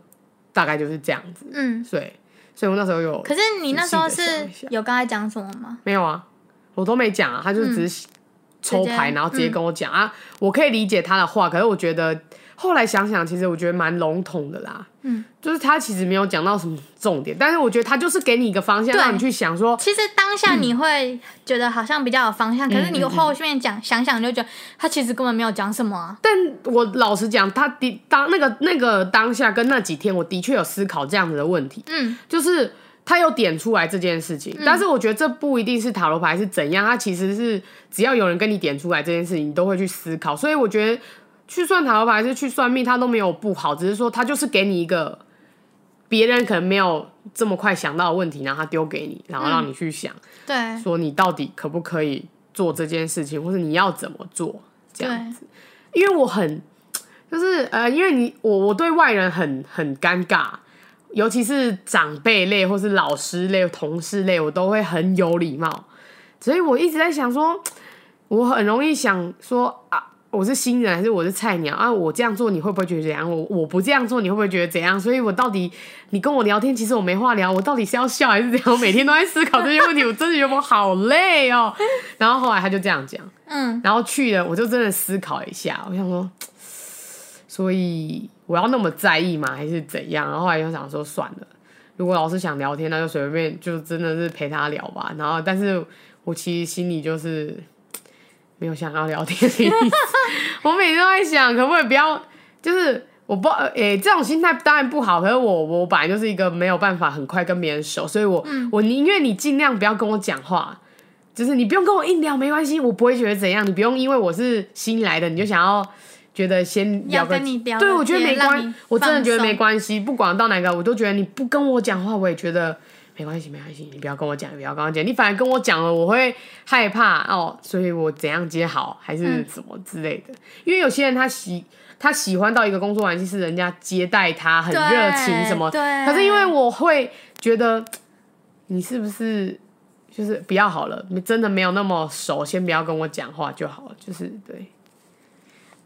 [SPEAKER 2] 大概就是这样子。
[SPEAKER 3] 嗯。
[SPEAKER 2] 对，所以我那时候有
[SPEAKER 3] 可是你那时候
[SPEAKER 2] 仔细地
[SPEAKER 3] 是
[SPEAKER 2] 想一下
[SPEAKER 3] 有跟他讲什么吗？
[SPEAKER 2] 没有啊，我都没讲啊，他就只是抽牌，
[SPEAKER 3] 嗯直接嗯
[SPEAKER 2] 然后直接跟我讲、啊。我可以理解他的话，可是我觉得后来想想，其实我觉得蛮笼统的啦。
[SPEAKER 3] 嗯，
[SPEAKER 2] 就是他其实没有讲到什么重点，但是我觉得他就是给你一个方向，
[SPEAKER 3] 对
[SPEAKER 2] 让你去想说，
[SPEAKER 3] 其实当下你会觉得好像比较有方
[SPEAKER 2] 嗯
[SPEAKER 3] 向，可是你后面讲、想想就觉得他其实根本没有讲什么啊。
[SPEAKER 2] 但我老实讲，他的当那个那个当下跟那几天，我的确有思考这样子的问题，
[SPEAKER 3] 嗯，
[SPEAKER 2] 就是他有点出来这件事情，但是我觉得这不一定是塔罗牌是怎样，它其实是只要有人跟你点出来这件事情，你都会去思考，所以我觉得去算塔罗牌还是去算命，它都没有不好，只是说它就是给你一个别人可能没有这么快想到的问题，然后他丢给你，然后让你去想，
[SPEAKER 3] 嗯对
[SPEAKER 2] 说你到底可不可以做这件事情，或者你要怎么做这
[SPEAKER 3] 对
[SPEAKER 2] 样。因为我很就是呃，因为你我我对外人很很尴尬，尤其是长辈类或是老师类、同事类，我都会很有礼貌，所以我一直在想说，我很容易想说啊。我是新人还是我是菜鸟啊？我这样做你会不会觉得怎样？我我不这样做你会不会觉得怎样？所以我到底你跟我聊天，其实我没话聊，我到底是要笑还是怎样？我每天都在思考这些问题，我真的觉得我好累哦。然后后来他就这样讲，
[SPEAKER 3] 嗯，
[SPEAKER 2] 然后去了，我就真的思考一下，我想说，所以我要那么在意吗？还是怎样？然后后来就想说，算了，如果老师想聊天，那就随便，就真的是陪他聊吧。然后，但是我其实心里就是没有想要聊天的意思。 我每天都在想，可不可以不要，就是。我不，呃诶、这种心态当然不好。可是我，我本来就是一个没有办法很快跟别人熟，所以我，
[SPEAKER 3] 嗯
[SPEAKER 2] 我宁愿你尽量不要跟我讲话，就是你不用跟我硬聊，没关系，我不会觉得怎样。你不用因为我是新来的，你就想要觉得先聊
[SPEAKER 3] 要
[SPEAKER 2] 个
[SPEAKER 3] 跟你聊个
[SPEAKER 2] 对，
[SPEAKER 3] 天，
[SPEAKER 2] 我觉得没
[SPEAKER 3] 让
[SPEAKER 2] 关
[SPEAKER 3] 你，
[SPEAKER 2] 我真的
[SPEAKER 3] 放
[SPEAKER 2] 觉得没
[SPEAKER 3] 松
[SPEAKER 2] 关系。不管到哪个，我都觉得你不跟我讲话，我也觉得没关系，没关系。你不要跟我讲，你不要跟我讲，你反而跟我讲了，我会害怕哦。所以我怎样接好，还是
[SPEAKER 3] 嗯
[SPEAKER 2] 怎么之类的。因为有些人他喜他喜欢到一个工作环境是人家接待他很
[SPEAKER 3] 对
[SPEAKER 2] 热情什么，
[SPEAKER 3] 对
[SPEAKER 2] 可是因为我会觉得你是不是就是不要好了，你真的没有那么熟，先不要跟我讲话就好了，就是对。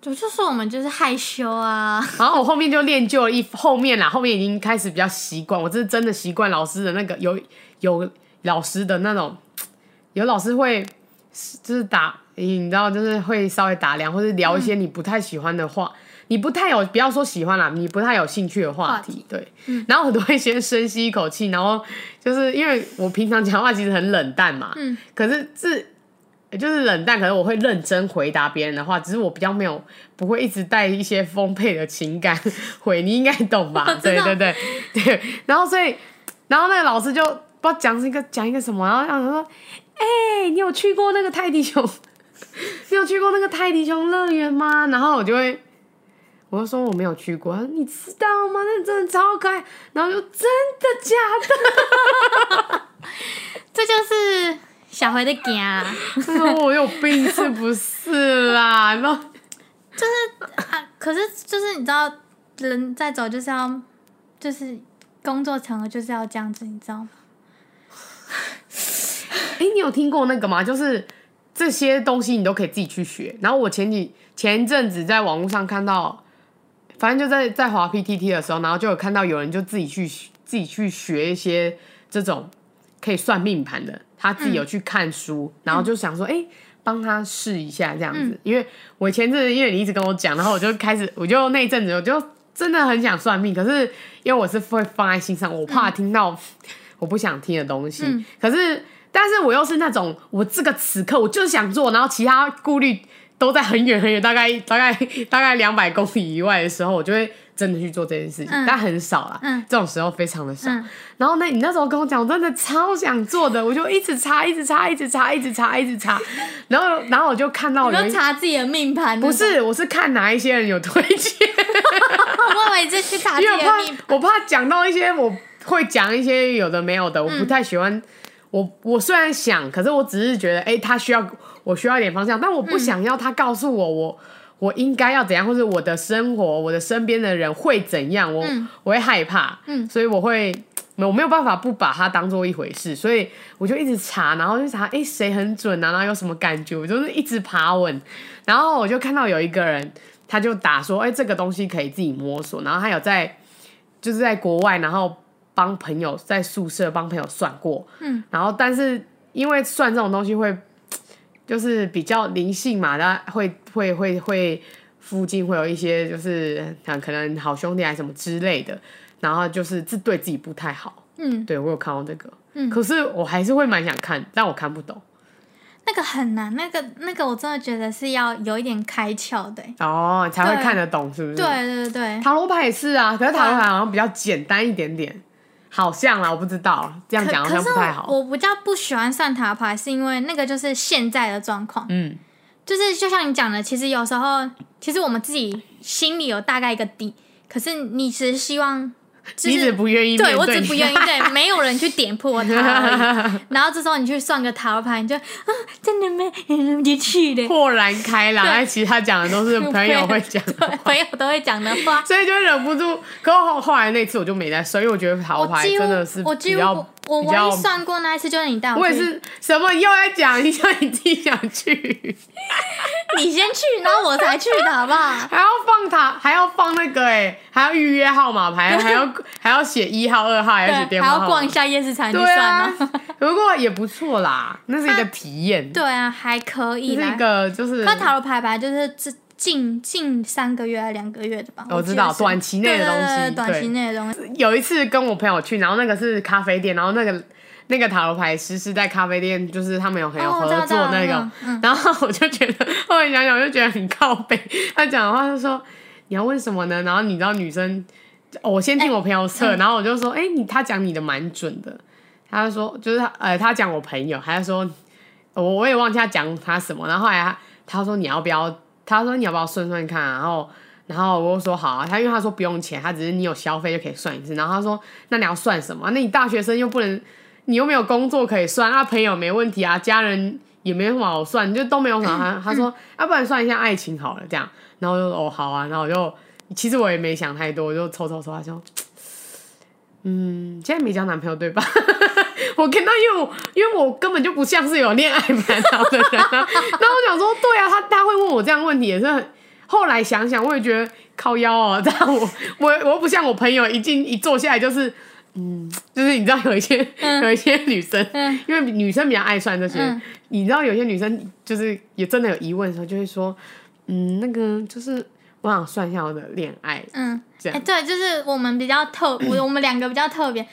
[SPEAKER 3] 我就说我们就是害羞啊，
[SPEAKER 2] 然后我后面就练就了一后面啦，后面已经开始比较习惯，我这是真的习惯老师的那个有有老师的那种，有老师会就是打，你知道，就是会稍微打量或者聊一
[SPEAKER 3] 嗯
[SPEAKER 2] 些你不太喜欢的话，你不太有不要说喜欢啦，你不太有兴趣的话题，
[SPEAKER 3] 话题嗯
[SPEAKER 2] 对。然后我都会先深吸一口气，然后就是因为我平常讲话其实很冷淡嘛，
[SPEAKER 3] 嗯，
[SPEAKER 2] 可是这。就是冷淡，可能我会认真回答别人的话，只是我比较没有不会一直带一些丰沛的情感 回，你应该懂吧？
[SPEAKER 3] 知
[SPEAKER 2] 对
[SPEAKER 3] 道
[SPEAKER 2] 对对对。然后所以，然后那个老师就不知道讲一个讲一个什么，然后让他说：“哎、你有去过那个泰迪熊？ 你有去过那个泰迪熊乐园吗？”然后我就会。我就说我没有去过，他说你知道吗？那真的超可爱。然后就真的假的？
[SPEAKER 3] 这就是小回的家，啊
[SPEAKER 2] 他说我有病是不是啦？然后
[SPEAKER 3] 啊，可是就是你知道，人在走就是要，就是工作场合就是要这样子，你知道吗？
[SPEAKER 2] 哎、你有听过那个吗？就是这些东西你都可以自己去学。然后我前几前一阵子在网络上看到，反正就在在滑 PTT 的时候，然后就有看到有人就自己去自己去学一些这种可以算命盘的，他自己有去看书，然后就想说，哎、帮他试一下这样子，因为我前阵子因为你一直跟我讲，然后我就开始，我就那一阵子我就真的很想算命，可是因为我是会放在心上，我怕听到我不想听的东西。
[SPEAKER 3] 嗯
[SPEAKER 2] 可是，但是我又是那种我这个此刻我就是想做，然后其他顾虑都在很远很远，大概大概大概两百公里以外的时候，我就会真的去做这件事情，
[SPEAKER 3] 嗯
[SPEAKER 2] 但很少啦，
[SPEAKER 3] 嗯
[SPEAKER 2] 这种时候非常的少。
[SPEAKER 3] 嗯
[SPEAKER 2] 然后呢，你那时候跟我讲，我真的超想做的，我就一直查，一直查，一直查，一直查，一直查，然后然后我就看到
[SPEAKER 3] 你
[SPEAKER 2] 有
[SPEAKER 3] 要
[SPEAKER 2] 一。
[SPEAKER 3] 查自己的命盘，
[SPEAKER 2] 不，是，我是看哪一些人有推荐，
[SPEAKER 3] 我以为你是去查自
[SPEAKER 2] 因为
[SPEAKER 3] 己
[SPEAKER 2] 我
[SPEAKER 3] 的命，嗯
[SPEAKER 2] 怕我怕讲到一些我会讲一些有的没有的，我不太喜欢，我我虽然想，可是我只是觉得，哎、他需要我需要一点方向，但我不想要他告诉我我。我应该要怎样，或者我的生活，我的身边的人会怎样，我、
[SPEAKER 3] 嗯
[SPEAKER 2] 我会害怕，
[SPEAKER 3] 嗯
[SPEAKER 2] 所以我会我没有办法不把它当做一回事，所以我就一直查，然后就查，哎，谁很准啊，然后有什么感觉，我就是一直爬文，然后我就看到有一个人，他就打说，哎，这个东西可以自己摸索，然后他有在就是在国外，然后帮朋友在宿舍帮朋友算过，
[SPEAKER 3] 嗯，
[SPEAKER 2] 然后但是因为算这种东西会就是比较灵性嘛，那会会会会附近会有一些就是像可能好兄弟还是什么之类的，然后就是这对自己不太好。
[SPEAKER 3] 嗯，
[SPEAKER 2] 对我有看到这个，
[SPEAKER 3] 嗯
[SPEAKER 2] 可是我还是会蛮想看，但我看不懂
[SPEAKER 3] 那个很难，那个那个我真的觉得是要有一点开窍的欸、
[SPEAKER 2] 哦，才会
[SPEAKER 3] 对
[SPEAKER 2] 看得懂是不是？
[SPEAKER 3] 对，对对对，
[SPEAKER 2] 塔罗牌也是啊，可是塔罗牌好像比较简单一点点，好像啦，我不知道，这样讲好
[SPEAKER 3] 可可
[SPEAKER 2] 像
[SPEAKER 3] 是
[SPEAKER 2] 不太好。
[SPEAKER 3] 我比较不喜欢算塔牌，是因为那个就是现在的状况，
[SPEAKER 2] 嗯
[SPEAKER 3] 就是就像你讲的，其实有时候其实我们自己心里有大概一个底，可是你只是希望，就
[SPEAKER 2] 你只
[SPEAKER 3] 是
[SPEAKER 2] 不愿意面
[SPEAKER 3] 对我只
[SPEAKER 2] 你
[SPEAKER 3] 不愿意，对，没有人去点破它 而已。然后这时候你去算个塔罗牌，你就啊，真的没嗯有趣的，，
[SPEAKER 2] 豁然开朗，但其实他讲的都是朋友会讲
[SPEAKER 3] 对朋友都会讲的话。
[SPEAKER 2] 所以就忍不住。可我后后来那次我就没再算，因为我觉得塔罗
[SPEAKER 3] 我
[SPEAKER 2] 牌
[SPEAKER 3] 几乎
[SPEAKER 2] 真的是
[SPEAKER 3] 我
[SPEAKER 2] 比
[SPEAKER 3] 几乎
[SPEAKER 2] 较
[SPEAKER 3] 我
[SPEAKER 2] 比较
[SPEAKER 3] 唯一算过那一次就是你带我去，
[SPEAKER 2] 我也是什么又在讲，你想你自己想去，
[SPEAKER 3] 你先去，然后我才去的好不好？
[SPEAKER 2] 还要放塔，还要放那个哎、还要预约号码牌，还要还要写一号、二号，还要写
[SPEAKER 3] 对，
[SPEAKER 2] 电
[SPEAKER 3] 还
[SPEAKER 2] 话号
[SPEAKER 3] 要
[SPEAKER 2] 码，
[SPEAKER 3] 逛一下夜市才能去
[SPEAKER 2] 对啊
[SPEAKER 3] 算呢。，
[SPEAKER 2] 不过也不错啦，那是一个体验，
[SPEAKER 3] 对啊，还可以
[SPEAKER 2] 这
[SPEAKER 3] 啦。
[SPEAKER 2] 是一个就是
[SPEAKER 3] 那塔罗牌吧，就是这近近三个月还是两个月的吧？
[SPEAKER 2] 我哦
[SPEAKER 3] 记得
[SPEAKER 2] 知道
[SPEAKER 3] 是
[SPEAKER 2] 短期内的
[SPEAKER 3] 对对
[SPEAKER 2] 东西
[SPEAKER 3] 对对短
[SPEAKER 2] 对
[SPEAKER 3] 期内的东西。
[SPEAKER 2] 有一次跟我朋友去，然后那个是咖啡店，然后那个那个塔罗牌师是在咖啡店，就是他们有很有
[SPEAKER 3] 哦我
[SPEAKER 2] 合
[SPEAKER 3] 知道
[SPEAKER 2] 作那个，
[SPEAKER 3] 嗯嗯
[SPEAKER 2] 然后我就觉得后来想想我就觉得很靠北，他讲的话就说你要问什么呢？然后你知道女生，哦我先听我朋友测，然后我就说，哎、你他讲你的蛮准的，他就说就是他呃他讲我朋友，他就说我我也忘记他讲他什么，然后后来他他说你要不要，他说你要不要算算看啊、然后然后我就说好啊，他因为他说不用钱，他只是你有消费就可以算一次，然后他说那你要算什么？那你大学生又不能，你又没有工作可以算，啊朋友没问题啊，家人也没什么好算，就都没有什么。他他说要、不然算一下爱情好了，这样，然后我就哦好啊，然后我就其实我也没想太多，我就抽抽抽，他说。嗯，现在没交男朋友对吧？ 我看到，因为我因为我根本就不像是有恋爱烦恼的人啊。 然后我想说，对啊，他他会问我这样的问题也是很。后来想想，我也觉得靠腰哦、但我我我又不像我朋友，一进一坐下来就是，嗯，就是你知道有一些、有一些女生，
[SPEAKER 3] 嗯
[SPEAKER 2] 因为女生比较爱算这些，
[SPEAKER 3] 嗯
[SPEAKER 2] 你知道有些女生就是也真的有疑问的时候，就会说，嗯，那个就是我想算一下我的恋爱，
[SPEAKER 3] 嗯，
[SPEAKER 2] 这样
[SPEAKER 3] 哎对，就是我们比较特，我我们两个比较特别，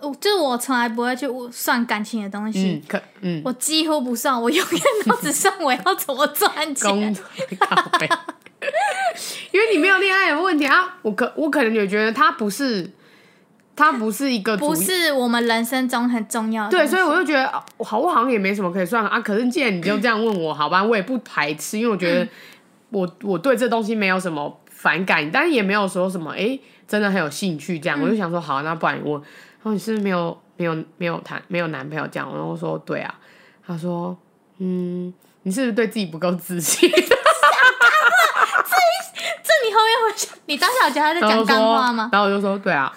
[SPEAKER 3] 我就是我从来不会去算感情的东
[SPEAKER 2] 嗯
[SPEAKER 3] 西，，
[SPEAKER 2] 可嗯，
[SPEAKER 3] 我几乎不算，我永远 都只算我要怎么赚
[SPEAKER 2] 工
[SPEAKER 3] 钱。
[SPEAKER 2] 作靠 背，因为你没有恋爱的问题啊，我可我可能也觉得他不是，他不是一个主
[SPEAKER 3] 不是我们人生中很重要的东
[SPEAKER 2] 啊对，
[SPEAKER 3] 西，
[SPEAKER 2] 所以我就觉得，哦好，我好像也没什么可以算啊。可是既然你就这样问我，好吧，我也不排斥，因为我觉得我、我对这东西没有什么反感，但是也没有说什么，哎、真的很有兴趣这样。我就想说，好，那不然你问，他说你是不是没有没有没有谈没有男朋友这样，然后我说对啊，他说嗯，你是不是对自己不够自信？
[SPEAKER 3] 这你后面会想，你当时有觉得他在
[SPEAKER 2] 然后
[SPEAKER 3] 讲
[SPEAKER 2] 我说
[SPEAKER 3] 干话吗？
[SPEAKER 2] 然后我就说对啊，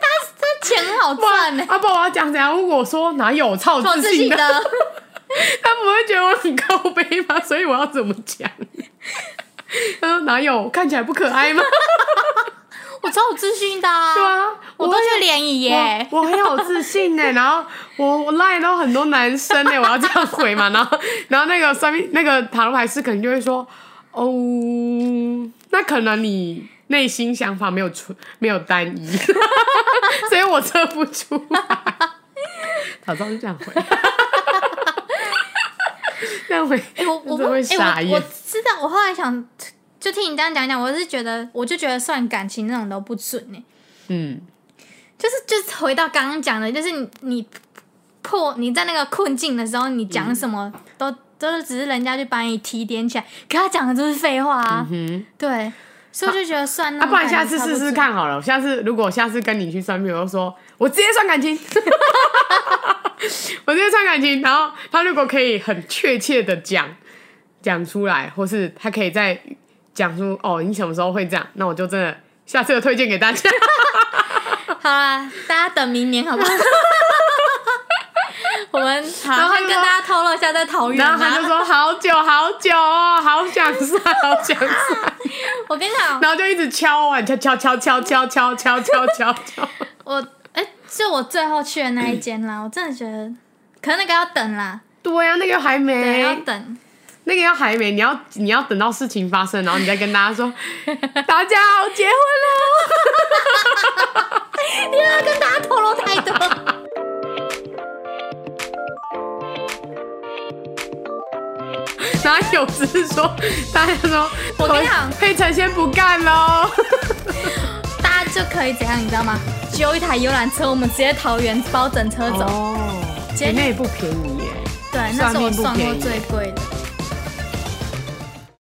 [SPEAKER 3] 这钱很好赚呢、
[SPEAKER 2] 啊不，我要讲怎样？如果我说哪有超
[SPEAKER 3] 我
[SPEAKER 2] 自
[SPEAKER 3] 自己
[SPEAKER 2] 信的，
[SPEAKER 3] 的。
[SPEAKER 2] 他不会觉得我很高卑吗？所以我要怎么讲？ 他说哪有看起来不可爱 吗？
[SPEAKER 3] 我超有自信的、啊，
[SPEAKER 2] 对啊，
[SPEAKER 3] 我
[SPEAKER 2] 我
[SPEAKER 3] 都去联谊耶，
[SPEAKER 2] 我我很有自信呢、然后我我赖到很多男生欸呢、我要这样回嘛，然后然后那个算命那个塔罗牌师可能就会说，哦，那可能你内心想法没有出没有单一，所以我测不出来。 早知道就这样回， 这样回，
[SPEAKER 3] 哎、我我
[SPEAKER 2] 真的会傻
[SPEAKER 3] 哎、我我
[SPEAKER 2] 眼。
[SPEAKER 3] 知道，我后来想，就听你这样讲一讲，我是觉得，我就觉得算感情那种都不准呢、欸
[SPEAKER 2] 嗯，
[SPEAKER 3] 就是就是回到刚刚讲的，就是你你破你在那个困境的时候，你讲什么
[SPEAKER 2] 嗯
[SPEAKER 3] 都、都是只是人家去把你提点起来，可他讲的就是废话啊，对，所以我就觉得算
[SPEAKER 2] 嗯
[SPEAKER 3] 那
[SPEAKER 2] 啊，不
[SPEAKER 3] 种
[SPEAKER 2] 然下
[SPEAKER 3] 感
[SPEAKER 2] 次
[SPEAKER 3] 情差不
[SPEAKER 2] 试试
[SPEAKER 3] 准。
[SPEAKER 2] 看好了。下次如果下次跟你去算命，我就说我直接算感情，我觉得算感情，然后他如果可以很确切的讲讲出来，或是他可以再讲出哦，你什么时候会这样，那我就真的下次有推荐给大 家。
[SPEAKER 3] 好啦，大家等明年好 不好？我们
[SPEAKER 2] 然后
[SPEAKER 3] 好
[SPEAKER 2] 他
[SPEAKER 3] 会
[SPEAKER 2] 就
[SPEAKER 3] 跟
[SPEAKER 2] 说
[SPEAKER 3] 大家透露一下在桃园
[SPEAKER 2] 然后他就
[SPEAKER 3] 吗？
[SPEAKER 2] 说好久好久哦，好想算，好想算，
[SPEAKER 3] 我跟你讲，
[SPEAKER 2] 然后就一直敲碗，敲敲敲敲敲敲敲敲敲敲。
[SPEAKER 3] 我哎、就我最后去的那一间 啦，我真的觉得，可能那个要等啦，
[SPEAKER 2] 对啊呀、那个还
[SPEAKER 3] 对，要
[SPEAKER 2] 没，
[SPEAKER 3] 等。
[SPEAKER 2] 那个要还没，你要你要等到事情发生，然后你再跟大家 说，大家好，结婚了。
[SPEAKER 3] 不要跟大家透露太 多。
[SPEAKER 2] 然后有只是说，大家说，
[SPEAKER 3] 我跟你讲
[SPEAKER 2] 佩晨先不干喽。
[SPEAKER 3] 大家就可以怎样，你知道吗？揪一台游览车，我们直接桃 园包整车走。
[SPEAKER 2] 哦，
[SPEAKER 3] 姐
[SPEAKER 2] 姐妹也不便宜耶。
[SPEAKER 3] 对，那是
[SPEAKER 2] 算命
[SPEAKER 3] 我
[SPEAKER 2] 不
[SPEAKER 3] 算
[SPEAKER 2] 便
[SPEAKER 3] 过
[SPEAKER 2] 宜
[SPEAKER 3] 最贵的。